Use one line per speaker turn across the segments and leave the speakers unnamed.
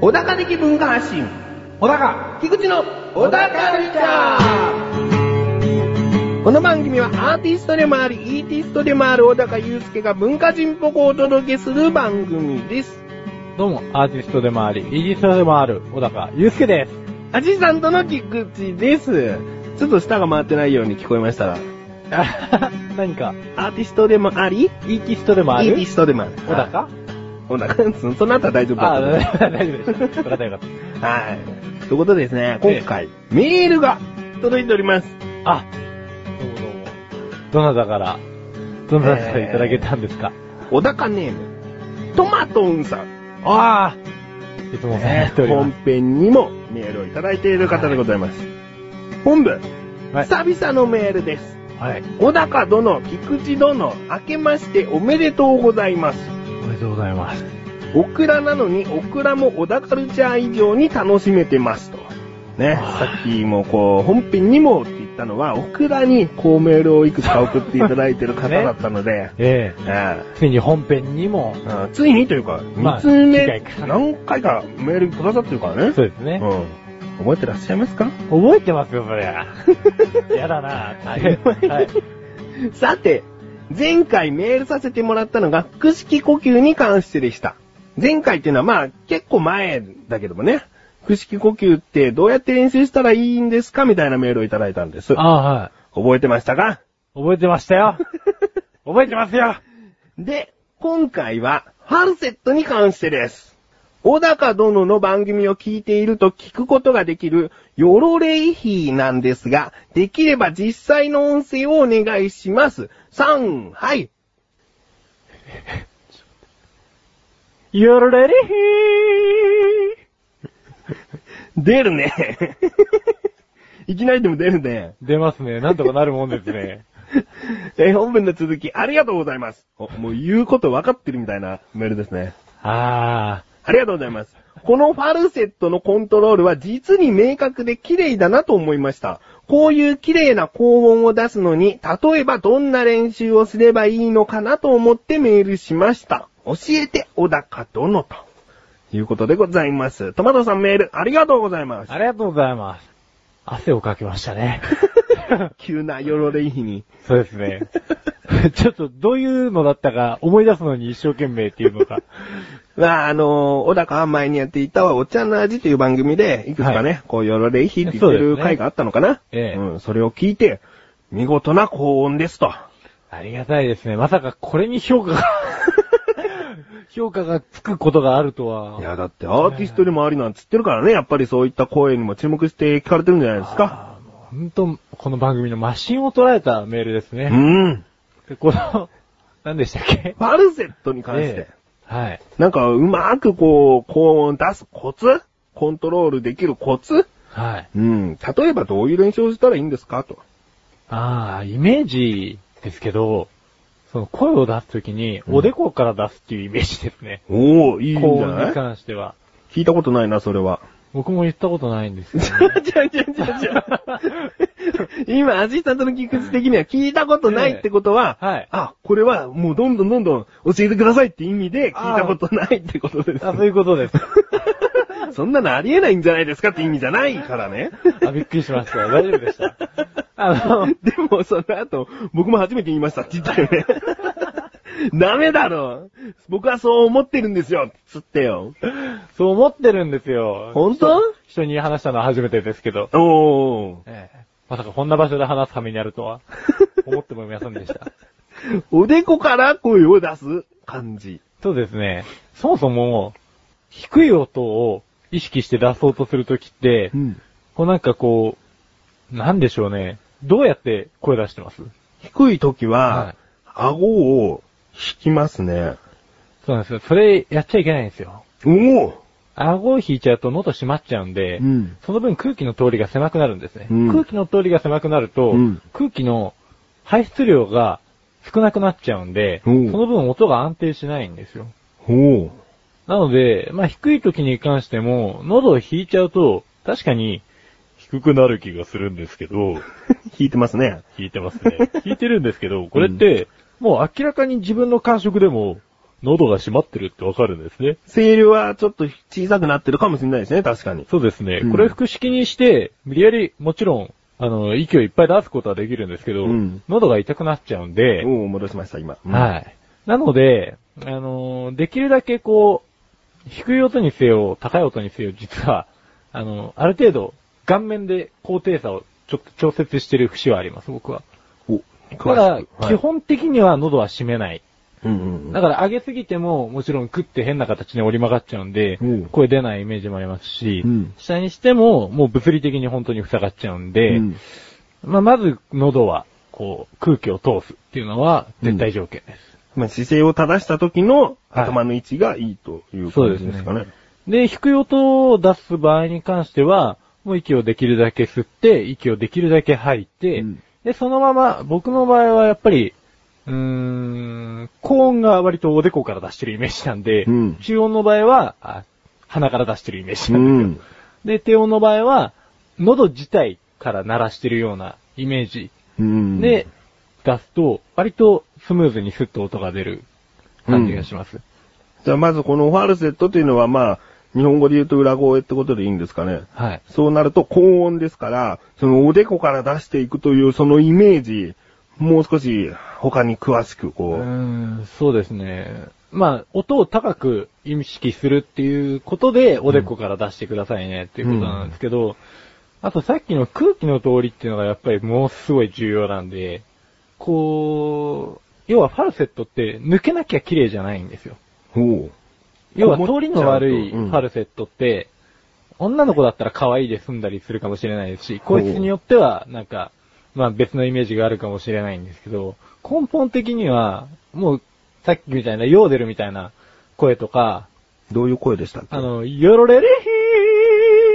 小高的文化発信。小高、菊池の小高カルチャー。この番組はアーティストでもあり、イーティストでもある小高祐介が文化人っぽくお届けする番組です。
どうも、アーティストでもあり、イーティストでもある、小高祐介です。
アシスタントの菊池です。ちょっと舌が回ってないように聞こえましたら、
あ何か、
アーティストでもあり、イ
イーティストでもあ
ーティ
る、
ストでもある。
小高
お腹、そ その後は大丈夫
あ、
だ
大丈夫です。よかったよかっ
と。はい。ということでですね、今回、メールが届いております。
た。あ、どうもどうも。どなたから、どなたからいただけたんですか、
小高ネーム、トマトンさん。
ああいつもお世話になっておりま
本編にもメールをいただいている方でございます。本部、
す。
久々のメールです。
はい。はい。
小高殿、菊池殿、明けましておめでとうございます。
おめでとうございます。
オクラなのに、オクラも小田カルチャー以上に楽しめてますと。ね、さっきもこう、本編にもって言ったのは、オクラにこうメールをいくつか送っていただいてる方
ね
だったので、
ええ
え
ついに本編にも、
えうんついにというか、
まあ
三つ目、
次回か
何回かメールくださってるからね。
そうですね。
うん。覚えてらっしゃいますか
覚えてますよ、それ。 やだなぁ。
は い
はい。
さて、前回メールさせてもらったのが腹式呼吸に関してでした。前回っていうのはまあ結構前だけどもね、腹式呼吸ってどうやって練習したらいいんですかみたいなメールをいただいたんです。
ああ、はい。
覚えてましたか
覚えてました よ。覚えてますよ。
で、今回は、ファルセットに関してです。小高殿の番組を聞いていると聞くことができる、ヨロレイヒーなんですが、できれば実際の音声をお願いします。3、はい。
よろれり
出るね。 いきなりでも出るね。
ひー出ますね。なんとかなるもんですね。
えー、本文の続き、ありがとうございます。おもう言うこと分かってるみたいなメールですね。
あ
ありがとうございます。このファルセットのコントロールは実に明確で綺麗だなと思いました。こういう綺麗な高音を出すのに、例えばどんな練習をすればいいのかなと思ってメールしました。教えて、小高殿と。いうことでございます。トマトさんメール、ありがとうございま
ー、
す。
ありがとうございます。汗をかきましたね。
急なよろでいい日に。
そうですね。 ちょっとどういうのだったか思い出すのに一生懸命っていうのか。
まあ、あの小高は前にやっていたお茶の味という番組で、いくつかね、
は
こう、よろれいひって言って
そう
る
ですね
回があったのかな
ええ
うん、それを聞いて、見事な高音ですと。
ありがたいですね。まさかこれに評 価が、評価がつくことがあると
い
は。
や、だってアーティストでもありなんつってるからね、やっぱりそういった声にも注目して聞かれてるんじゃないですか。
あーもう本当、この番組のマシンを捉えたメールです
う
ね。
ん。
でこの、何でしたっけ
ファルセットに関して。
ええはい。
なんか、うまくこう、高音出すコツコントロールできるコツ
はい。
うん。例えばどういう練習をしたらいいんですかと。
ああ、イメージですけど、その声を出すときに、おでこから出すっていうイメージですね。
おー、いいん
高
じゃ
音
ない
に関しては。
聞いたことないな、それは。
僕も言ったことないんです け
ち
ど、
ゃちゃちゃちゃちゃ。 今、アシスタントの菊池的には聞いたことないってことは、
ええはい
あ、これはもうどんどんどんどん教えてくださいって意味で聞いたことないってことです
あ、。そういうことです。
そんなのありえないんじゃないですかって意味じゃないからね。
あ、びっくりしました。大丈夫でした。あの、
でも、その後、僕も初めて言いましたって言ったよね。 ダメだろ僕はそう思ってるんですよつってよ。
そう思ってるんですよ。
本当
人人に話したのは初めてですけど。
おー。
ええまさかこんな場所で話すためにあるとは、思ってもいません でした。
おでこから声を出す感じ。
そうですね。そもそも、低い音を意識して出そうとするときって、
ん。
こうなんかこう、なんでしょうね。どうやって声出してます
低い時は、
はい
顎を引きますね。
そうなんですよ。それやっちゃいけないんですよ。
おお
顎を引いちゃうと喉閉まっちゃうんで、
うん
その分空気の通りが狭くなるんですね。
うん
空気の通りが狭くなると、
うん
空気の排出量が少なくなっちゃうんで、そ
うん
の分音が安定しないんですよ。
お
なので、まあ低い時に関しても、喉を引いちゃうと、確かに低低くなる気がするんです けど、
弾いてますね。
弾いてますね。弾いてるんですけど、これって、もう明らかに自分の感触でも、喉が閉まってるってわかるんですね。
声量はちょっと小さくなってるかもしれないですね、確かに。
そうですね
うん。
これ腹式にして、無理やり、もちろん、あの、息をいっぱい出すことはできるんですけど、
うん
喉が痛くなっちゃうんで、
おお戻しました、今。
はい。なので、あのーできるだけこう、低い音にせよ、高い音にせよ、実は、あのある程度、顔面で高低差をちょっと調節してる節はあります、僕は。
い。お、
た
詳
だ
し、く
基、本的には喉は閉めない。
はいうんうんうん。
だから上げすぎても、もちろん食って変な形に折り曲がっちゃうんで、
うん
声出ないイメージもありますし、
うん
下にしても、もう物理的に本当に塞がっちゃうんで、
うん
まあ、まず喉は、こう、空気を通すっていうのは、絶対条件です。
まあ、姿勢を正した時の
はい
頭の位置がいいという感じですかね。
で、低い音を出す場合に関しては、もう息をできるだけ吸って、息をできるだけ吐いて、
うん
で、そのまま、僕の場合はやっぱり、うーん、高音が割とおでこから出してるイメージなんで、
うん
中音の場合はあ鼻から出してるイメージ
う
なんですよ。
ん。
で、低音の場合は、喉自体から鳴らしてるようなイメージ
うん。
で、出すと、割とスムーズにスッと音が出る感じがします。
じゃあまずこのファルセットというのはまあ、日本語で言うと裏声ってことでいいんですかね。
はい。
そうなると高音ですから、そのおでこから出していくというそのイメージ、もう少し他に詳しくこ
う
う。
ーんそうですね。まあ、音を高く意識するっていうことで、おでこから出してくださいねっていうことなんですけど、あとさっきの空気の通りっていうのがやっぱりものすごい重要なんで、こう、要はファルセットって抜けなきゃ綺麗じゃないんですよ。
ほう
要は通りの悪い
こ
フ
もっちゃうとうん
ァルセットって、女の子だったら可愛いで済んだりするかもしれないですし、こいつによっては、なんか、まあ別のイメージがあるかもしれないんですけど、根本的には、もう、さっきみたいな、ヨーデルみたいな声とか、
どういう声でしたっけ
あの、ヨロレレ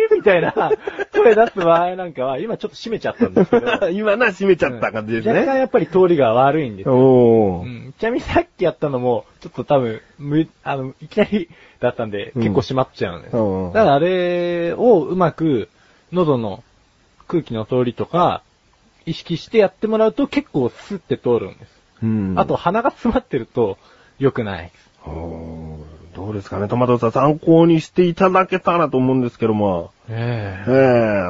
ヒーみたいな 声出す場合なんかは、今ちょっと閉めちゃったんですけど、
今な、閉めちゃった感じです
若干
ね。
やっぱり通りが悪いんですよ
お
う
ー。
んちなみにさっきやったのも、ちょっと多分、む、あの、いきなりだったんで、
うん
結構閉まっちゃうんです。
うんうん
だからあれをうまく、喉の空気の通りとか、意識してやってもらうと結構スって通るんです。
うん
あと、鼻が詰まってると良くないです。
おーどうですかね、トマトさん参考にしていただけたらと思うんですけども。ええ
ええ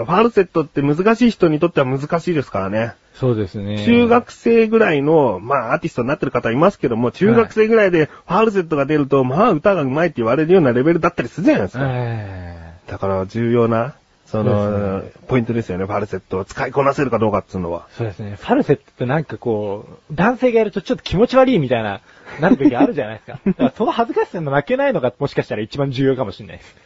ファルセットって難しい人にとっては難しいですからね。
そうですね
中学生ぐらいの、まあアーティストになってる方いますけども、中学生ぐらいでファルセットが出ると、まあ歌が上手いって言われるようなレベルだったりするじゃないですか。
ええ
だから重要な、その、
そうで
ポイントですよね、ファルセットを使いこなせるかどうかっていうのは。
そうですね。ファルセットってなんかこう、男性がやるとちょっと気持ち悪いみたいな、なる時あるじゃないで すか。だからその恥ずかしさに負けないのがもしかしたら一番重要かもしれないです。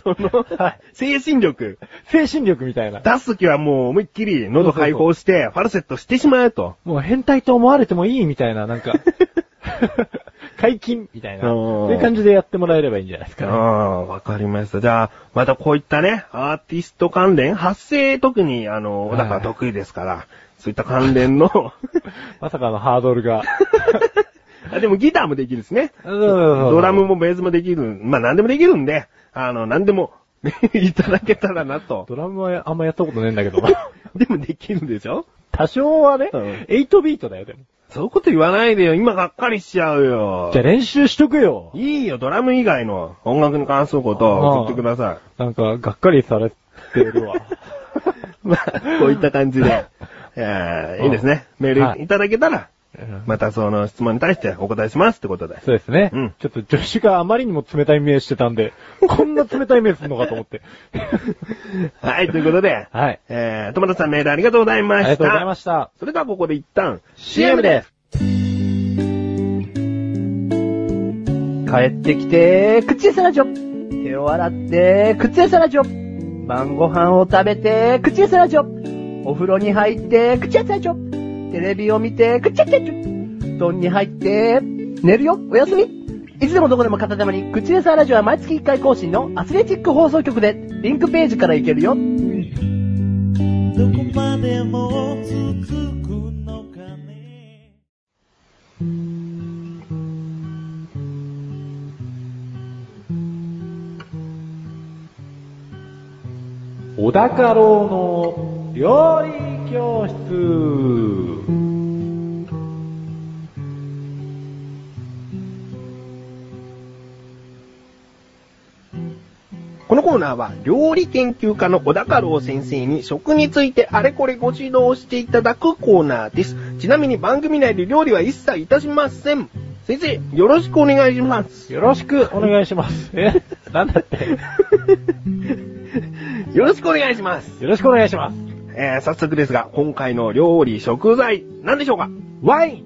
その、
はい
精神力。
精神力みたいな。
出すときはもう思いっきり喉解放して、ファルセットしてしまえと。
もう変態と思われてもいいみたいな、なん か、解禁みたいな。
おー
そういう感じでやってもらえればいいんじゃないです
あ
か
あ、
ね。
わかりました。じゃあ、またこういったね、アーティスト関連、発声特に、あの、小高は得意ですから、そういった関連 の、
まさかのハードルが。
あでもギターもできるしね。ド
ド
ラム。もベースもできる。まあ何でもできるんで、あの、何でも いただけたらなと。
ドラムはあんまやったことねえんだけど。
でもできるんでしょ
多少はね、
うん
8ビートだよ、でも。
そういうこと言わないでよ。今がっかりしちゃうよ。
じゃあ練習しとくよ。
いいよ、ドラム以外の音楽に関することを送ってください。
なんか、がっかりされてる わ。
まあ、こういった感じで、 えーいいですね。メールいただけたら、またその質問に対してお答えしますってことで。
そうですね。
うん
ちょっと女子があまりにも冷たい目してたんで、こんな冷たい目するのかと思 って。
はい、ということで、
はい。
えー、友達さんメールありがとうござい
あ
ま
り
した。
がとうございました。
それではここで一旦。
CM です
帰ってきて、
口エサラジオ手を洗って、口エサラジオ晩ご飯を食べて、口エサラジオお風呂に入って、口エサラジオテレビを見て、口エサラジオ布団に入って、寝るよおやすみいつでもどこでも片手間に、口エサラジオは毎月1回更新のアスレチック放送局で、リンクページから行けるよ
どこまでも続くのかね
小小高郎の料理教室。
このコーナーは料理研究家の小高郎先生に食についてあれこれご指導していただくコーナーです。ちなみに番組内で料理は一切いたしません。先生、よろしくお願いします。
よろしくお願いします。えなんだ って。
よろしくお願いします。
よろしくお願いします。
えー、早速ですが、今回の料理、食材、何でしょうか
ワイン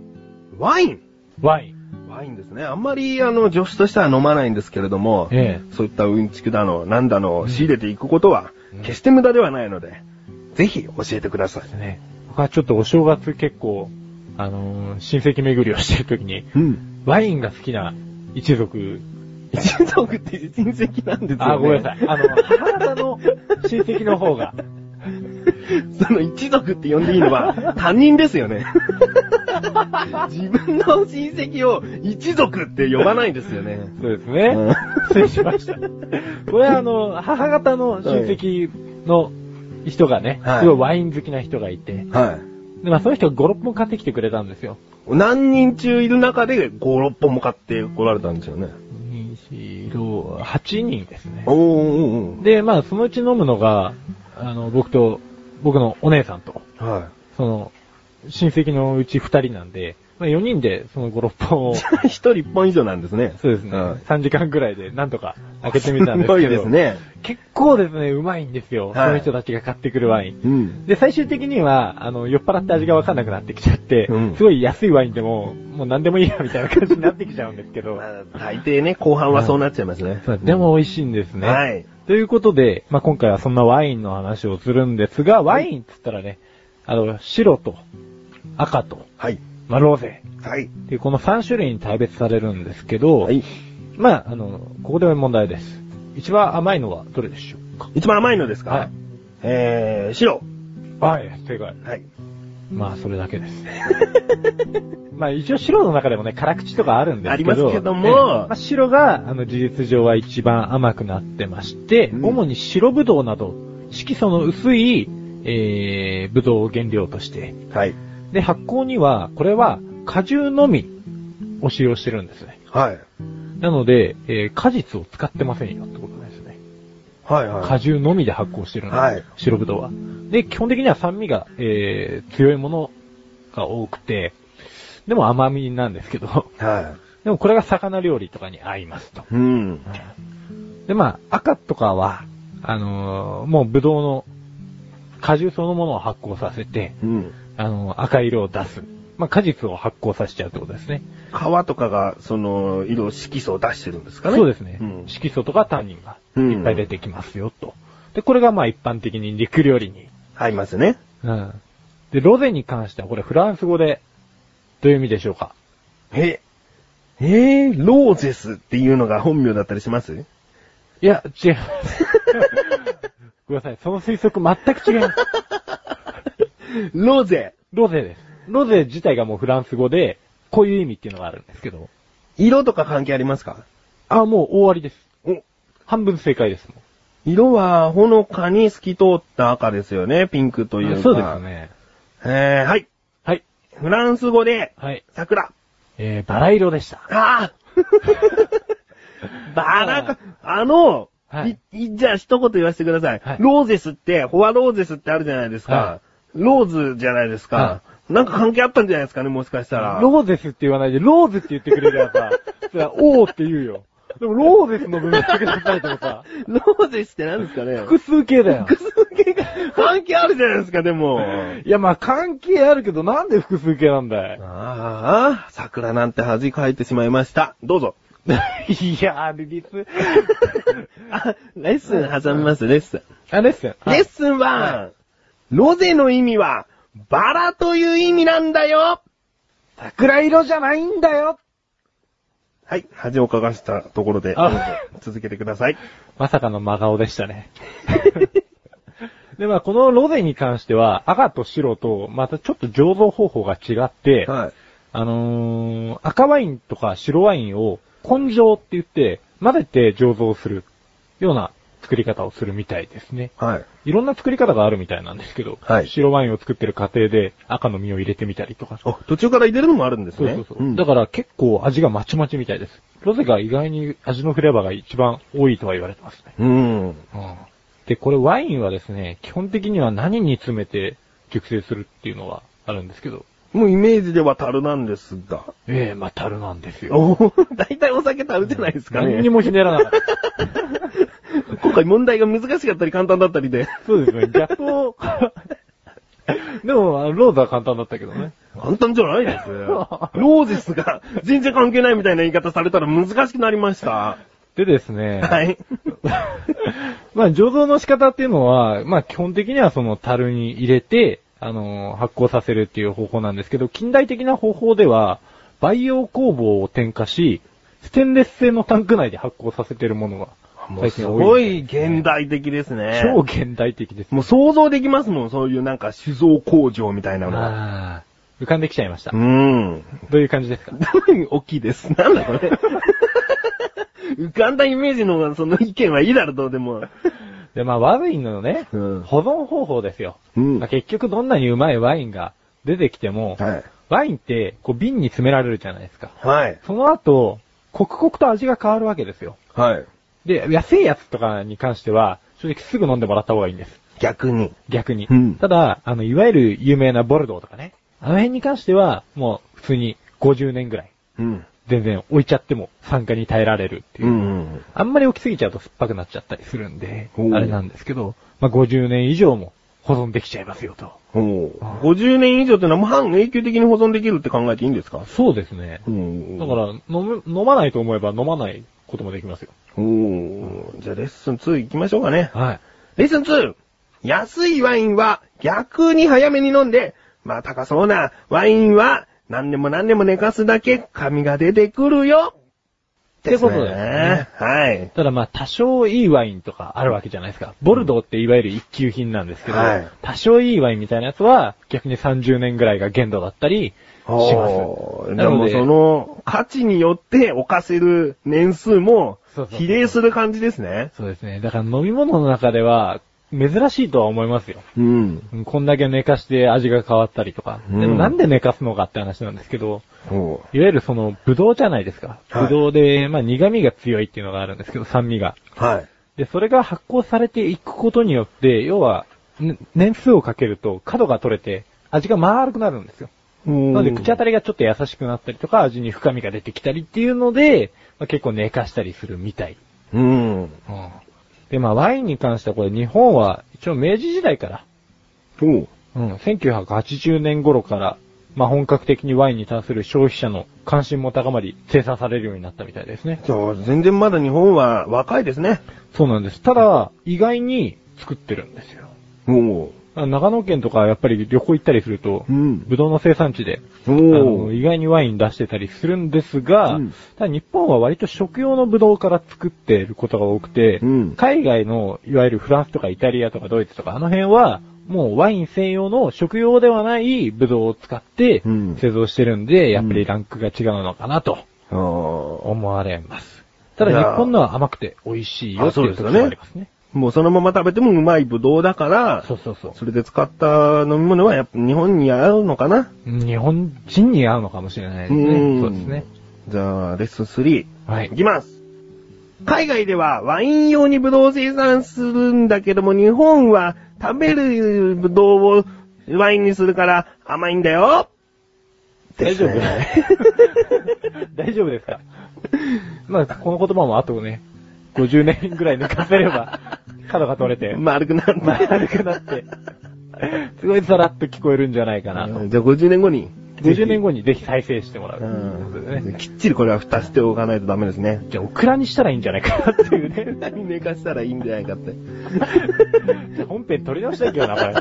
ワイン
ワイン。
ワインですね。あんまり、あの、女子としては飲まないんですけれども、
え
そういったうんちくだの、なんだの、仕入れていくことは、決して無駄ではないので、ぜひ教えてください。
え。ね。僕はちょっとお正月結構、あのー親戚巡りをしてるときに、
うん。
ワインが好きな一族、
一族って親戚なんですよ、ね。
あ、ごめんなさい。あの、母方の親戚の方が、
その一族って呼んでいいのは、他人ですよね。自分の親戚を一族って呼ばないですよね。
そうですね
うん。
失礼しました。これはあの、母方の親戚の人がね、
はい
すごいワイン好きな人がいて、
はい。
で、まあその人が5、6本買ってきてくれたんですよ。
何人中いる中で5、6本も買ってこられたんですよね。
2、4、6、8人ですね
お。ーおー
で、まあそのうち飲むのが、あの、僕と、僕のお姉さんと、
おーは
その、親戚のうち2人なんで、まあ4人でその5、6本を、
い。一人1本以上なんですね。
そうですね、
はい
3時間くらいでなんとか開けてみたんですけど。
ごいですね。
結構ですね、うまいんですよ。
はい
その人たちが買ってくるワイン。
うん。
で、最終的には、あの、酔っ払って味がわかんなくなってきちゃって、
うん
すごい安いワインでも、もう何でもいいや、みたいな感じになってきちゃうんです けど。
まあ大抵ね、後半はそうなっちゃいますね。
そうでも美味しいんですね。
はい。
ということで、まあ、今回はそんなワインの話をするんですが、ワインっつったらね、あの、白と赤と、
はい。
まあ、ローゼ
はい。
っていうこの3種類に大別されるんですけど、
はい。
まあ、あの、ここで問題です。一番甘いのはどれでしょうか
一番甘いのですか
はい。
えー、白。
はい、正解。
はい。
まあ、それだけです。 まあ、一応白の中でもね、辛口とかあるんですけど。
ありますけども
ええまあ、白が、あの、事実上は一番甘くなってまして、
うん
主に白ぶどうなど、色素の薄い、えー、ぶどうを原料として。
はい。
で、発酵には、これは、果汁のみ、を使用してるんですね。
はい。
なので、えー果実を使ってませんよってことなんですね。
はいはい。
果汁のみで発酵してるので、
はい
白ぶどうは。で、基本的には酸味が、えー、強いものが多くて、でも甘みなんですけど、
は
でもこれが魚料理とかに合いますと。
い。うん。
で、まあ、赤とかは、あのーもうぶどうの果汁そのものを発酵させて、
うん。
あのー赤色を出す。まあ、果実を発酵させちゃうってことですね。
皮とかが、その、色、色素を出してるんですかね。
そうですね、
うん
色素とかタンニンが
うん
いっぱい出てきますよと。で、これがまあ一般的に肉料理に
合いますね。
うん。で、ロゼに関しては、これフランス語で、どういう意味でしょうか
え、えー、ローゼスっていうのが本名だったりします
いや、違います。ごめんなさい、その推測全く違います。
ローゼ。
ロゼです。ロゼ自体がもうフランス語で、こういう意味っていうのがあるんですけど。
色とか関係ありますか
あ、もう終わりです。
お、
半分正解ですもん。
色はほのかに透き通った赤ですよね、ピンクというか。
そうです。ね。
えー、はい。
はい。
フランス語で、
はい。
桜。
えー、バラ色でした。
ああバラか、あの、
はい
いいじゃあ一言言わせてください。
はい
ローゼスって、フォアローゼスってあるじゃないですか。
は
ローズじゃないですか、
は
なんか関係あったんじゃないですかね、もしかしたら。
ローゼスって言わないで、ローズって言ってくれればさ、それは、おーって言うよ。でも、ローゼスの文脈で答えてもさ、
ローゼスって何ですかね
複数形だよ。
複数形が関係あるじゃないですか、でも。
いや、まあ関係あるけど、なんで複数形なんだ い
ああ、桜なんて恥かいてしまいました。どうぞ。
いやー、レディ ス。
あ、レッスン挟みます、レッスン。
あれっすよ。
レッスンは、ロゼの意味は、バラという意味なんだよ
桜色じゃないんだよ
はい、恥をかかしたところで
あ、
続けてください。
まさかの真顔でした ね。で、まあこのロゼに関しては、赤と白と、またちょっと醸造方法が違って、
はい。
あのー、赤ワインとか白ワインを、根性って言って、混ぜて醸造するような作り方をするみたいですね。
はい。
いろんな作り方があるみたいなんですけど、
はい
白ワインを作ってる過程で赤の実を入れてみたりとか。
あ、途中から入れるのもあるんです
そう
ね。
そうそう。
ん
だから結構味がまちまちみたいです。ロゼが意外に味のフレーバーが一番多いとは言われてますね。
うん。
で、これワインはですね、基本的には何に詰めて熟成するっていうのはあるんですけど、
もうイメージでは樽なんですが。
ええまあ、樽なんですよ。
おだいたいお酒樽じゃないですか
何
ね
に。もひねらな かった。
今回問題が難しかったり簡単だったりで。
そうですね、ギャップを。 でも、あのローズは簡単だったけどね。
簡単じゃないです。 ローゼスが全然関係ないみたいな言い方されたら難しくなりました。
でですね、
はい。
まあ、醸造の仕方っていうのは、まあ、基本的にはその樽に入れて、あの、発酵させるっていう方法なんですけど、近代的な方法では、培養工房を添加し、ステンレス製のタンク内で発酵させてるものが
もう
最
す
近
ご
多い
い
みたですね
現代的ですね。
超現代的です。
もう想像できますもん、そういうなんか酒造工場みたいなの。
あー浮かんできちゃいました
う。ん。
どういう感じですか
大きいです。なんだこれ。 浮かんだイメージの方がその意見はいいだろ、どうでも。
で、まあ、悪いのね、
うん
保存方法ですよ。
うん
まあ結局どんなにうまいワインが出てきても、
はい。
ワインって、こう、瓶に詰められるじゃないですか。
はい。
その後、刻々と味が変わるわけですよ。
はい。
で、安いやつとかに関しては、正直すぐ飲んでもらった方がいいんです。
逆に。
逆に。
うん
ただ、あの、いわゆる有名なボルドーとかね。あの辺に関しては、もう、普通に50年ぐらい。
うん。
全然置いちゃっても酸化に耐えられるっていう。
うん。
あんまり置きすぎちゃうと酸っぱくなっちゃったりするんで、
おう
あれなんですけど、まあ、50年以上も保存できちゃいますよと。
おう50年以上ってのはもう半永久的に保存できるって考えていいんですか
そうですね。
ん
だか、ら、飲む、飲まないと思えば飲まないこともできますよ。
おうじゃあレッスン2行きましょうかね。
はい。
レッスン 2! 安いワインは逆に早めに飲んで、まあ高そうなワインは何でも何でも寝かすだけ髪が出てくるよ
ってこと
で
ですす
ね
ね。
はい。
ただまあ、多少いいワインとかあるわけじゃないですか。ボルドーっていわゆる一級品なんですけど、
はい
多少いいワインみたいなやつは、逆に30年ぐらいが限度だったりします。
で
なの
も
で、
その価値によって犯せる年数も
そうそう
比例する感じですね。
そうですね。だから飲み物の中では、珍しいとは思いますよ。
うん。
うんこんだけ寝かして味が変わったりとか。
うん
でもなんで寝かすのかって話なんですけど、
ほ
いわゆるその、ブドウじゃないですか。
はい
ブドウで、まあ苦味が強いっていうのがあるんですけど、酸味が。
う。はい。
で、それが発酵されていくことによって、要は、ね年数をかけると角が取れて、味が丸くなるんですよ。な
な
ので、口当たりがちょっと優しくなったりとか、味に深みが出てきたりっていうので、まあ、結構寝かしたりするみたい。
うん。
で、まあ、ワインに関してはこれ、日本は一応明治時代から、
おう。
うん、1980年頃から、まあ、本格的にワインに対する消費者の関心も高まり、生産されるようになったみたいですね。
じゃあ、全然まだ日本は若いですね。
そうなんです。ただ、意外に作ってるんですよ。
おう。
長野県とかやっぱり旅行行ったりすると、
うん
ブドウの生産地で、
お
あの意外にワイン出してたりするんですが、
うん
ただ日本は割と食用のブドウから作っていることが多くて、
うん
海外のいわゆるフランスとかイタリアとかドイツとかあの辺は、もうワイン専用の食用ではないブドウを使って
うん
製造してるんで、やっぱりランクが違うのかなと
ああ。
思われます。ただ
い
日
やー
本のは甘くて美味しいよっていう特徴がありますね。
もうそのまま食べてもうまいブドウだから、
そうそうそう。
それで使った飲み物はやっぱ日本に合うのかな
日本人に合うのかもしれないですね。そうですね。。
じゃあ、レッスン3。
はいい。
きます。海外ではワイン用にブドウを生産するんだけども、日本は食べるブドウをワインにするから甘いんだよ
大丈
で
夫
すね
大丈夫ですかまあ、この言葉もあとね、50年ぐらい抜かせれば、角が取れて、
丸くなる。
丸くなって、すごいさらっと聞こえるんじゃないかなと。
じゃあ50年後に。
50年
後
後にぜひ再生してもらう。
う
ね
ん。きっちりこれは蓋しておかないとダメですね。
じゃあ、オクラにしたらいいんじゃないかなっていう ね。
何寝かしたらいいんじゃないかって。
じゃあ本編取り直したいけどな、こ れ。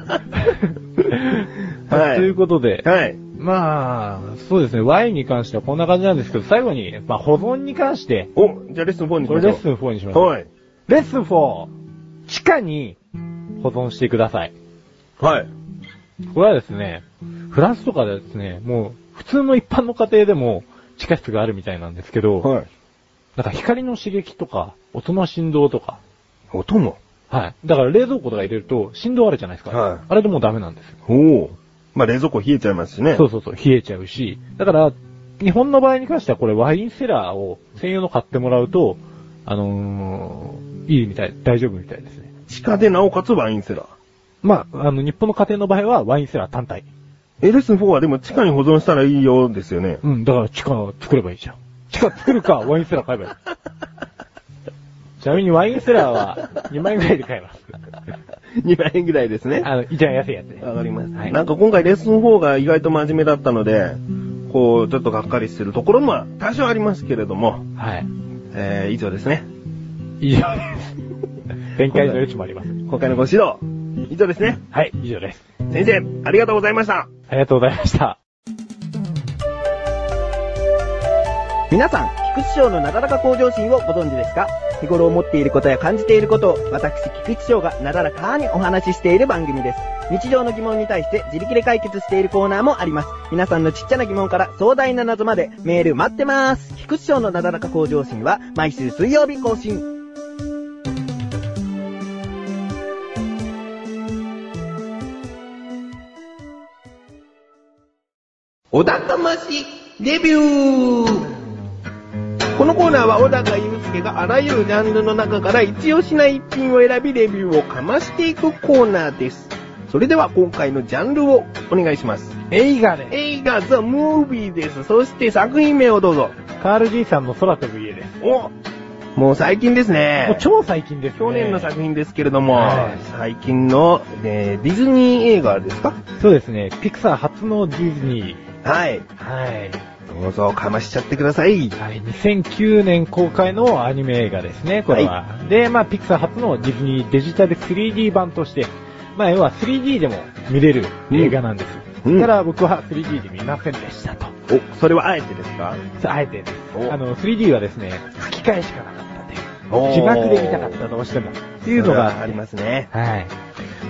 はい
ということで、
はい。
まあ、そうですね、ワインに関してはこんな感じなんですけど、最後に、まあ、保存に関して、
お、じゃあレッスン4にし
こ
ま
れ
しょう。
レッスン4にしましょう。
はい。
レッスン 4! 地下に保存してください。
はい。
これはですね、フランスとかではですね、もう普通の一般の家庭でも地下室があるみたいなんですけど、
はい。
なんか光の刺激とか、音の振動とか、
音も。
はい。だから冷蔵庫とか入れると振動あるじゃないですか。
はい
あれでもうダメなんですよ。
おお。まあ、冷蔵庫冷えちゃいますしね。
そうそうそう、冷えちゃうし。だから、日本の場合に関してはこれワインセラーを専用の買ってもらうと、あのー、いいみたい、大丈夫みたいですね。
地下でなおかつワインセラー。
まあ、あの、日本の家庭の場合はワインセラー単体。
LS4 はでも地下に保存したらいいようですよ ね。
うん、だから地下作ればいいじゃん。地下作る か、ワインセラー買えばいい。ちなみにワインセラーは2万円ぐらいで買えます。
2万円ぐらいですね。
あの、一番安いやつね。
わかります。
はい
なんか今回レッスン4が意外と真面目だったので、こう、ちょっとがっかりしてるところも多少ありますけれども、
はい。
えー、以上ですね。
以上です。 展開の余地もあります。
今回のご指導、以上ですね。
はい、以上です。
先生、ありがとうございました。
ありがとうございました。
皆さん、菊池賞のなだらか向上心をご存知ですか日頃思っていることや感じていることを、私、菊池賞がなだらかにお話ししている番組です。日常の疑問に対して自力で解決しているコーナーもあります。皆さんのちっちゃな疑問から壮大な謎までメール待ってます。菊池賞のなだらか向上心は毎週水曜日更新。
おだかましレビューこのコーナーは小高祐介があらゆるジャンルの中から一押しな一品を選びレビューをかましていくコーナーです。それでは今回のジャンルをお願いします。
映画で
映画 The Movie です。そして作品名をどうぞ。
カール G さんの空飛ぶ家です。
おもう最近ですね。
もう超最近です、ね。
去年の作品ですけれども、
はい
最近の、えーディズニー映画ですか
そうですね。ピクサー初のディズニー。
はい。
はい。
どうぞかましちゃってください。
はい、2009年公開のアニメ映画ですね、これは。で、まあ、ピクサー初のディズニーデジタル 3D 版として、まあ、要は 3D でも見れる映画なんです。
うん
ただ僕は 3D で見ませんでしたと。
お、それはあえてですか
さああえてです
お
あの、3D はですね、吹き替えしかなかったんで
おー、
字幕で見たかったどうしても。っていうのが
ありますね。
はい。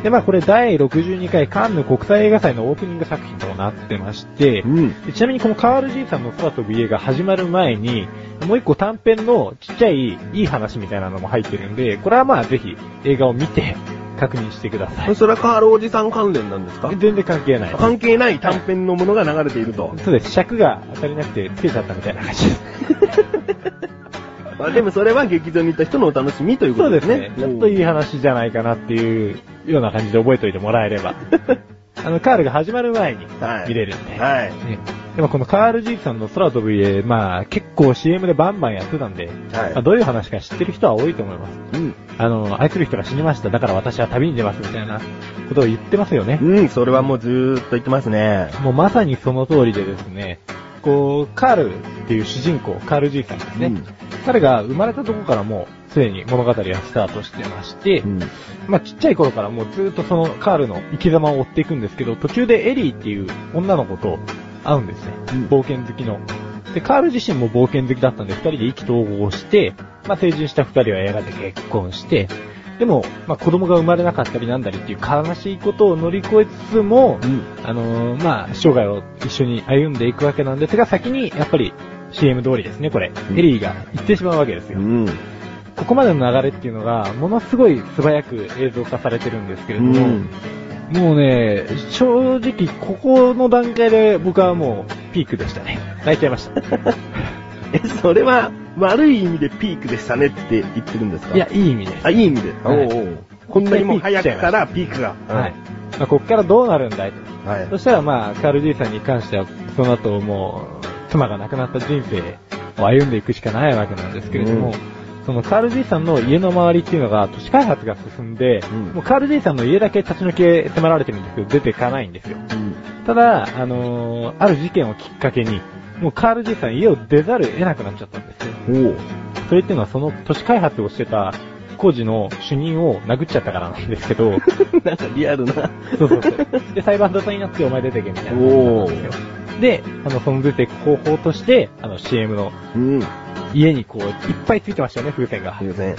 で、まあこれ第62回カンヌ国際映画祭のオープニング作品となってまして、
うん。
でちなみにこのカール爺さんの空飛ぶ家が始まる前に、もう一個短編のちっちゃいいい話みたいなのも入ってるんで、これはまあぜひ映画を見て確認してください。
それはカールおじさん関連なんですか
全然関係ない。
関係ない短編のものが流れていると。
そうです。尺が当たりなくてつけちゃったみたいな 感じです。
まあでもそれは劇場に行った人のお楽しみというこ
そう
とで
で
ね
すすね。。ちょっといい話じゃないかなっていうような感じで覚えておいてもらえれ ば。あの、カールが始まる前に
はい
見れるんで。
はい。
ねでもこのカール爺さんの空飛ぶ家、まあ結構 CM でバンバンやってたんで、
はい
まあどういう話か知ってる人は多いと思います。
うん。
あの、愛する人が死にました、だから私は旅に出ますみたいなことを言ってますよね。
うん、それはもうずーっと言ってますね。
もうまさにその通りでですね、こう、カールっていう主人公、カール爺さんですね。
うん
彼が生まれたとこからもうすでに物語はスタートしてまして、
うん。
まあちっちゃい頃からもうずっとそのカールの生き様を追っていくんですけど、途中でエリーっていう女の子と会うんですね。冒険好きの。で、カール自身も冒険好きだったんで、二人で意気投合して、まあ成人した二人はやがて結婚して、でも、まあ子供が生まれなかったりなんだりっていう悲しいことを乗り越えつつも、
うん。
あのーまあ、生涯を一緒に歩んでいくわけなんですが、先に、やっぱり、CM 通りですね、これ。
うん
エリーが行ってしまうわけですよ。
うん。
ここまでの流れっていうのが、ものすごい素早く映像化されてるんですけれ
う
ども、
ん。
もうね、正直、ここの段階で僕はもう、ピークでしたね。泣いちゃい ました。
え、それは悪い意味でピークでしたねって言ってるんですか
いや、いい意味です。
あ、いい意味で。
はい
おうおうこんなにも早くからピークが。
はい。まあ、こっからどうなるんだいと。
はい。
そしたらまあ、カール爺さんに関しては、その後もう、妻が亡くなった人生を歩んでいくしかないわけなんですけれども、
うん
そのカール爺さんの家の周りっていうのが都市開発が進んで、
うん
もうカール爺さんの家だけ立ち退き迫られてるんですけど、出ていかないんですよ。ただ、あのーある事件をきっかけに、もうカール爺さん家を出ざるを得なくなっちゃったんですね。
おう
それっていうのはその都市開発をしてた工事の主任を殴っちゃったからなんですけ ど、
なんかリアルな。
そうそうそう。で、裁判沙汰になってお前出てけみたいな。
お
で、あの、その出ていく方法として、あの、CM の
うん。す
家にこう、いっぱいついてましたよね、風船が
い。ません。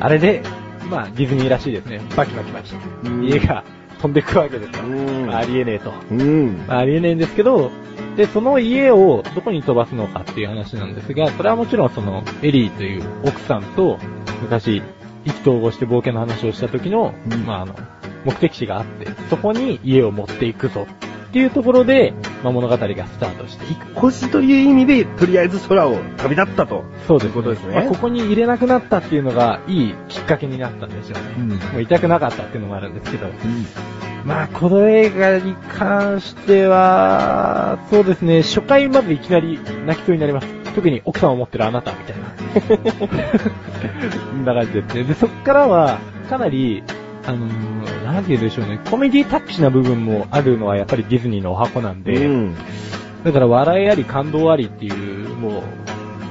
あれで、まあ、ディズニーらしいですね。バキバキバキ。
うん
家が飛んでいくわけですよ。
うん
まあありえねえと。
うん。
まあ、ありえねえんですけど、で、その家をどこに飛ばすのかっていう話なんですが、それはもちろんその、エリーという奥さんと、昔、意気投合して冒険の話をした時の、まああの、目的地があって、そこに家を持っていくぞっていうところで、まあ物語がスタートしていく。
越しという意味で、とりあえず空を旅立ったと。
そうです、
ということですね
まあここに入れなくなったっていうのが、いいきっかけになったんですよね。
ん
もう痛くなかったっていうのもあるんですけど。まあ、この映画に関しては、そうですね、初回までいきなり泣きそうになります。特に奥さんを持ってるあなた、みたいな。そんな感じですね。で、そっからは、かなり、あのー、なんて言うんでしょうね、コメディタッチな部分もあるのはやっぱりディズニーのお箱なんで、
うん。
だから笑いあり感動ありっていう、もう、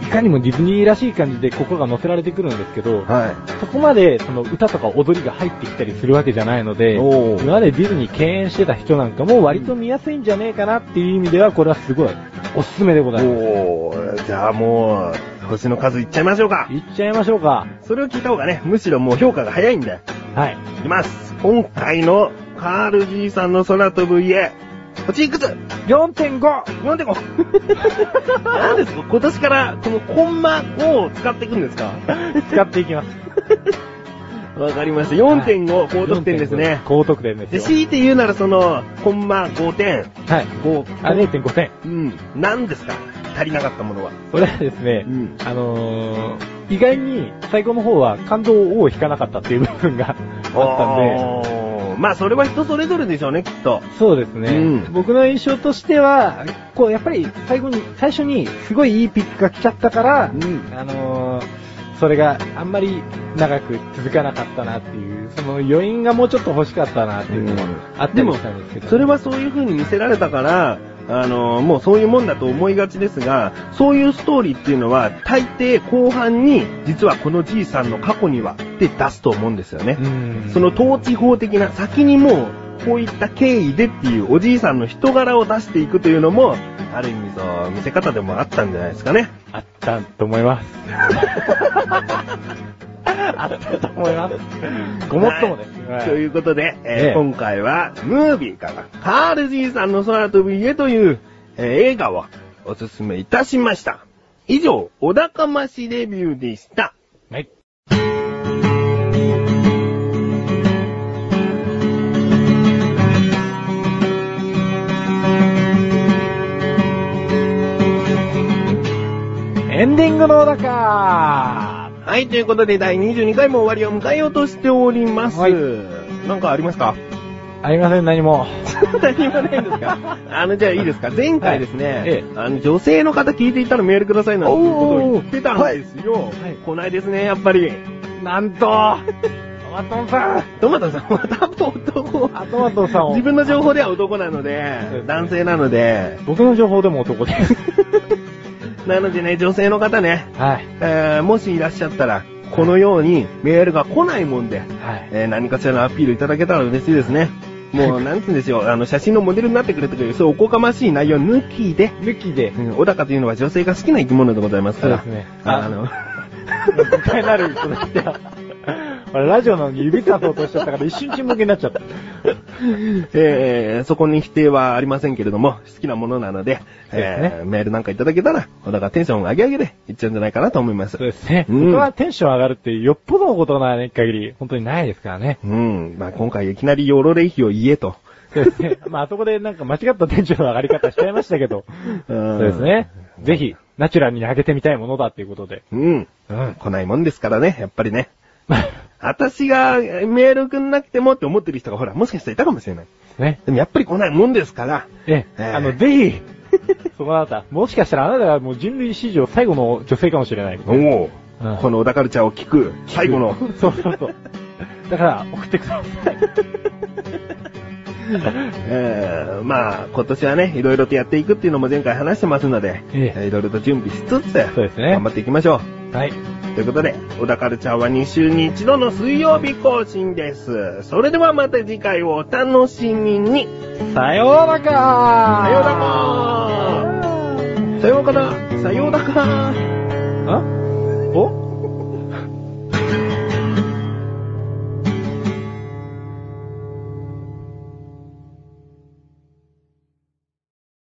いかにもディズニーらしい感じでここが乗せられてくるんですけど、
は
そこまでその歌とか踊りが入ってきたりするわけじゃないの
い。
で、
おー
今までディズニー敬遠してた人なんかも割と見やすいんじゃねえかなっていう意味では、これはすごいおすすめでございま
おーじゃあもう、星の数いっちゃいましょうか
す。。いっちゃいましょうか。
それを聞いた方がね、むしろもう評価が早いんで。
はい。
いきます。今回のカール爺さんの空飛ぶ家、星いくつ
4.5!
なんでこ、なんですか今年からこのコンマ5を使っていくんですか
使っていきます。
わかりました。4.5高得点ですね
4.5。高得点
で、
ですよ。
強いて言うならその、コンマ5点、
はい。あ、
5、
0.5点。
うん、何ですか足りなかったものは。
これはですね、
ん。
あのー、意外に最後の方は感動を引かなかったっていう部分があったんで、
んで。まあ、それは人それぞれでしょうね、きっと。
そうですね、
うん
僕の印象としては、こう、やっぱり最後に、最初にすごいいいピックが来ちゃったから、
ん。
あのー、それがあんまり長く続かなかったなっていう、その余韻がもうちょっと欲しかったなっていうのもあったりしたんですけど。
それはそういう風に見せられたから、あの、もうそういうもんだと思いがちですが、そういうストーリーっていうのは、大抵後半に、実はこのじいさんの過去には、って出すと思うんですよね。
うん
その統治法的な先にもう、こういった経緯でっていうおじいさんの人柄を出していくというのも、ある意味そう、見せ方でもあったんじゃないですかね。
あったと思います。 あったと思います。ごもっともです。は
とい
いう
ことで、えー
ええ
今回は、ムービーから、カール爺さんの空飛ぶ家という、えー映画をおすすめいたしました。以上、お高ましレビューでした。
はい。エンディングのだか
はい、ということで、第22回も終わりを迎えようとしております。
はい
なんかありますか
ありません、何も。
何もないんですか あの、じゃあいいですか前回ですね、
はいえ
あの、女性の方聞いていたらメールくださいなんていうことを言ってたんですよ。
はい
来ないですね、やっぱり。
なんと、 アトンさん
トマトさん、また男。
アトマトさんを
自、分の情報では男なの
そうです
で
ね、
男性なので、
僕の情報でも 男です。
なのでね、女性の方ね、
はい。
えーもしいらっしゃったら、このようにメールが来ないもんで、
はい。
えー何かしらのアピールいただけたら嬉しいですね。もう、なんつうんでしょう、あの、写真のモデルになってくれてる、そうおこがましい内容抜きで、
抜きで
う、ん、小高というのは女性が好きな生き物でございますから、
そうですね
ああの、
絶対なることだ った。あれ、ラジオなのに指立とうとしちゃったから一瞬沈黙になっちゃった。
えーそこに否定はありませんけれども、好きなものなので、
そうですね
えーメールなんかいただけたら、小高テンション上げ上げでいっちゃうんじゃないかなと思います。
そうですね。
うん
僕はテンション上がるってよっぽどのことがない限り、本当にないですからね。
うん。まあ今回いきなりヨロレヒを言えと。
そうですね。まあ、あそこでなんか間違ったテンションの上がり方しちゃいましたけど。
うん
そうです。ね。ぜひ、ナチュラルに上げてみたいものだっていうことで。
うん。
うん。
来ないもんですからね、やっぱりね。私がえメールくんなくてもって思ってる人がほら、もしかしたらいたかもしれない。
ね。
でもやっぱり来ないもんですから。
え
え
え、
え
あの、ぜひ、そのあなた、もしかしたらあなたがもう人類史上最後の女性かもしれない。
おお、
うん
この小田カルチャーを聞く、最後の。
そうそうそう。だから、送ってくださ い。
えー、まあ、今年はね、いろいろとやっていくっていうのも前回話してますので、
ええ
いろいろと準備しつつ、
そうですね
頑張っていきましょう。
はい。
ということで、小田カルチャーは2週に1度の水曜日更新です。それではまた次回をお楽しみに。
さようならか
さようならさようならさようなら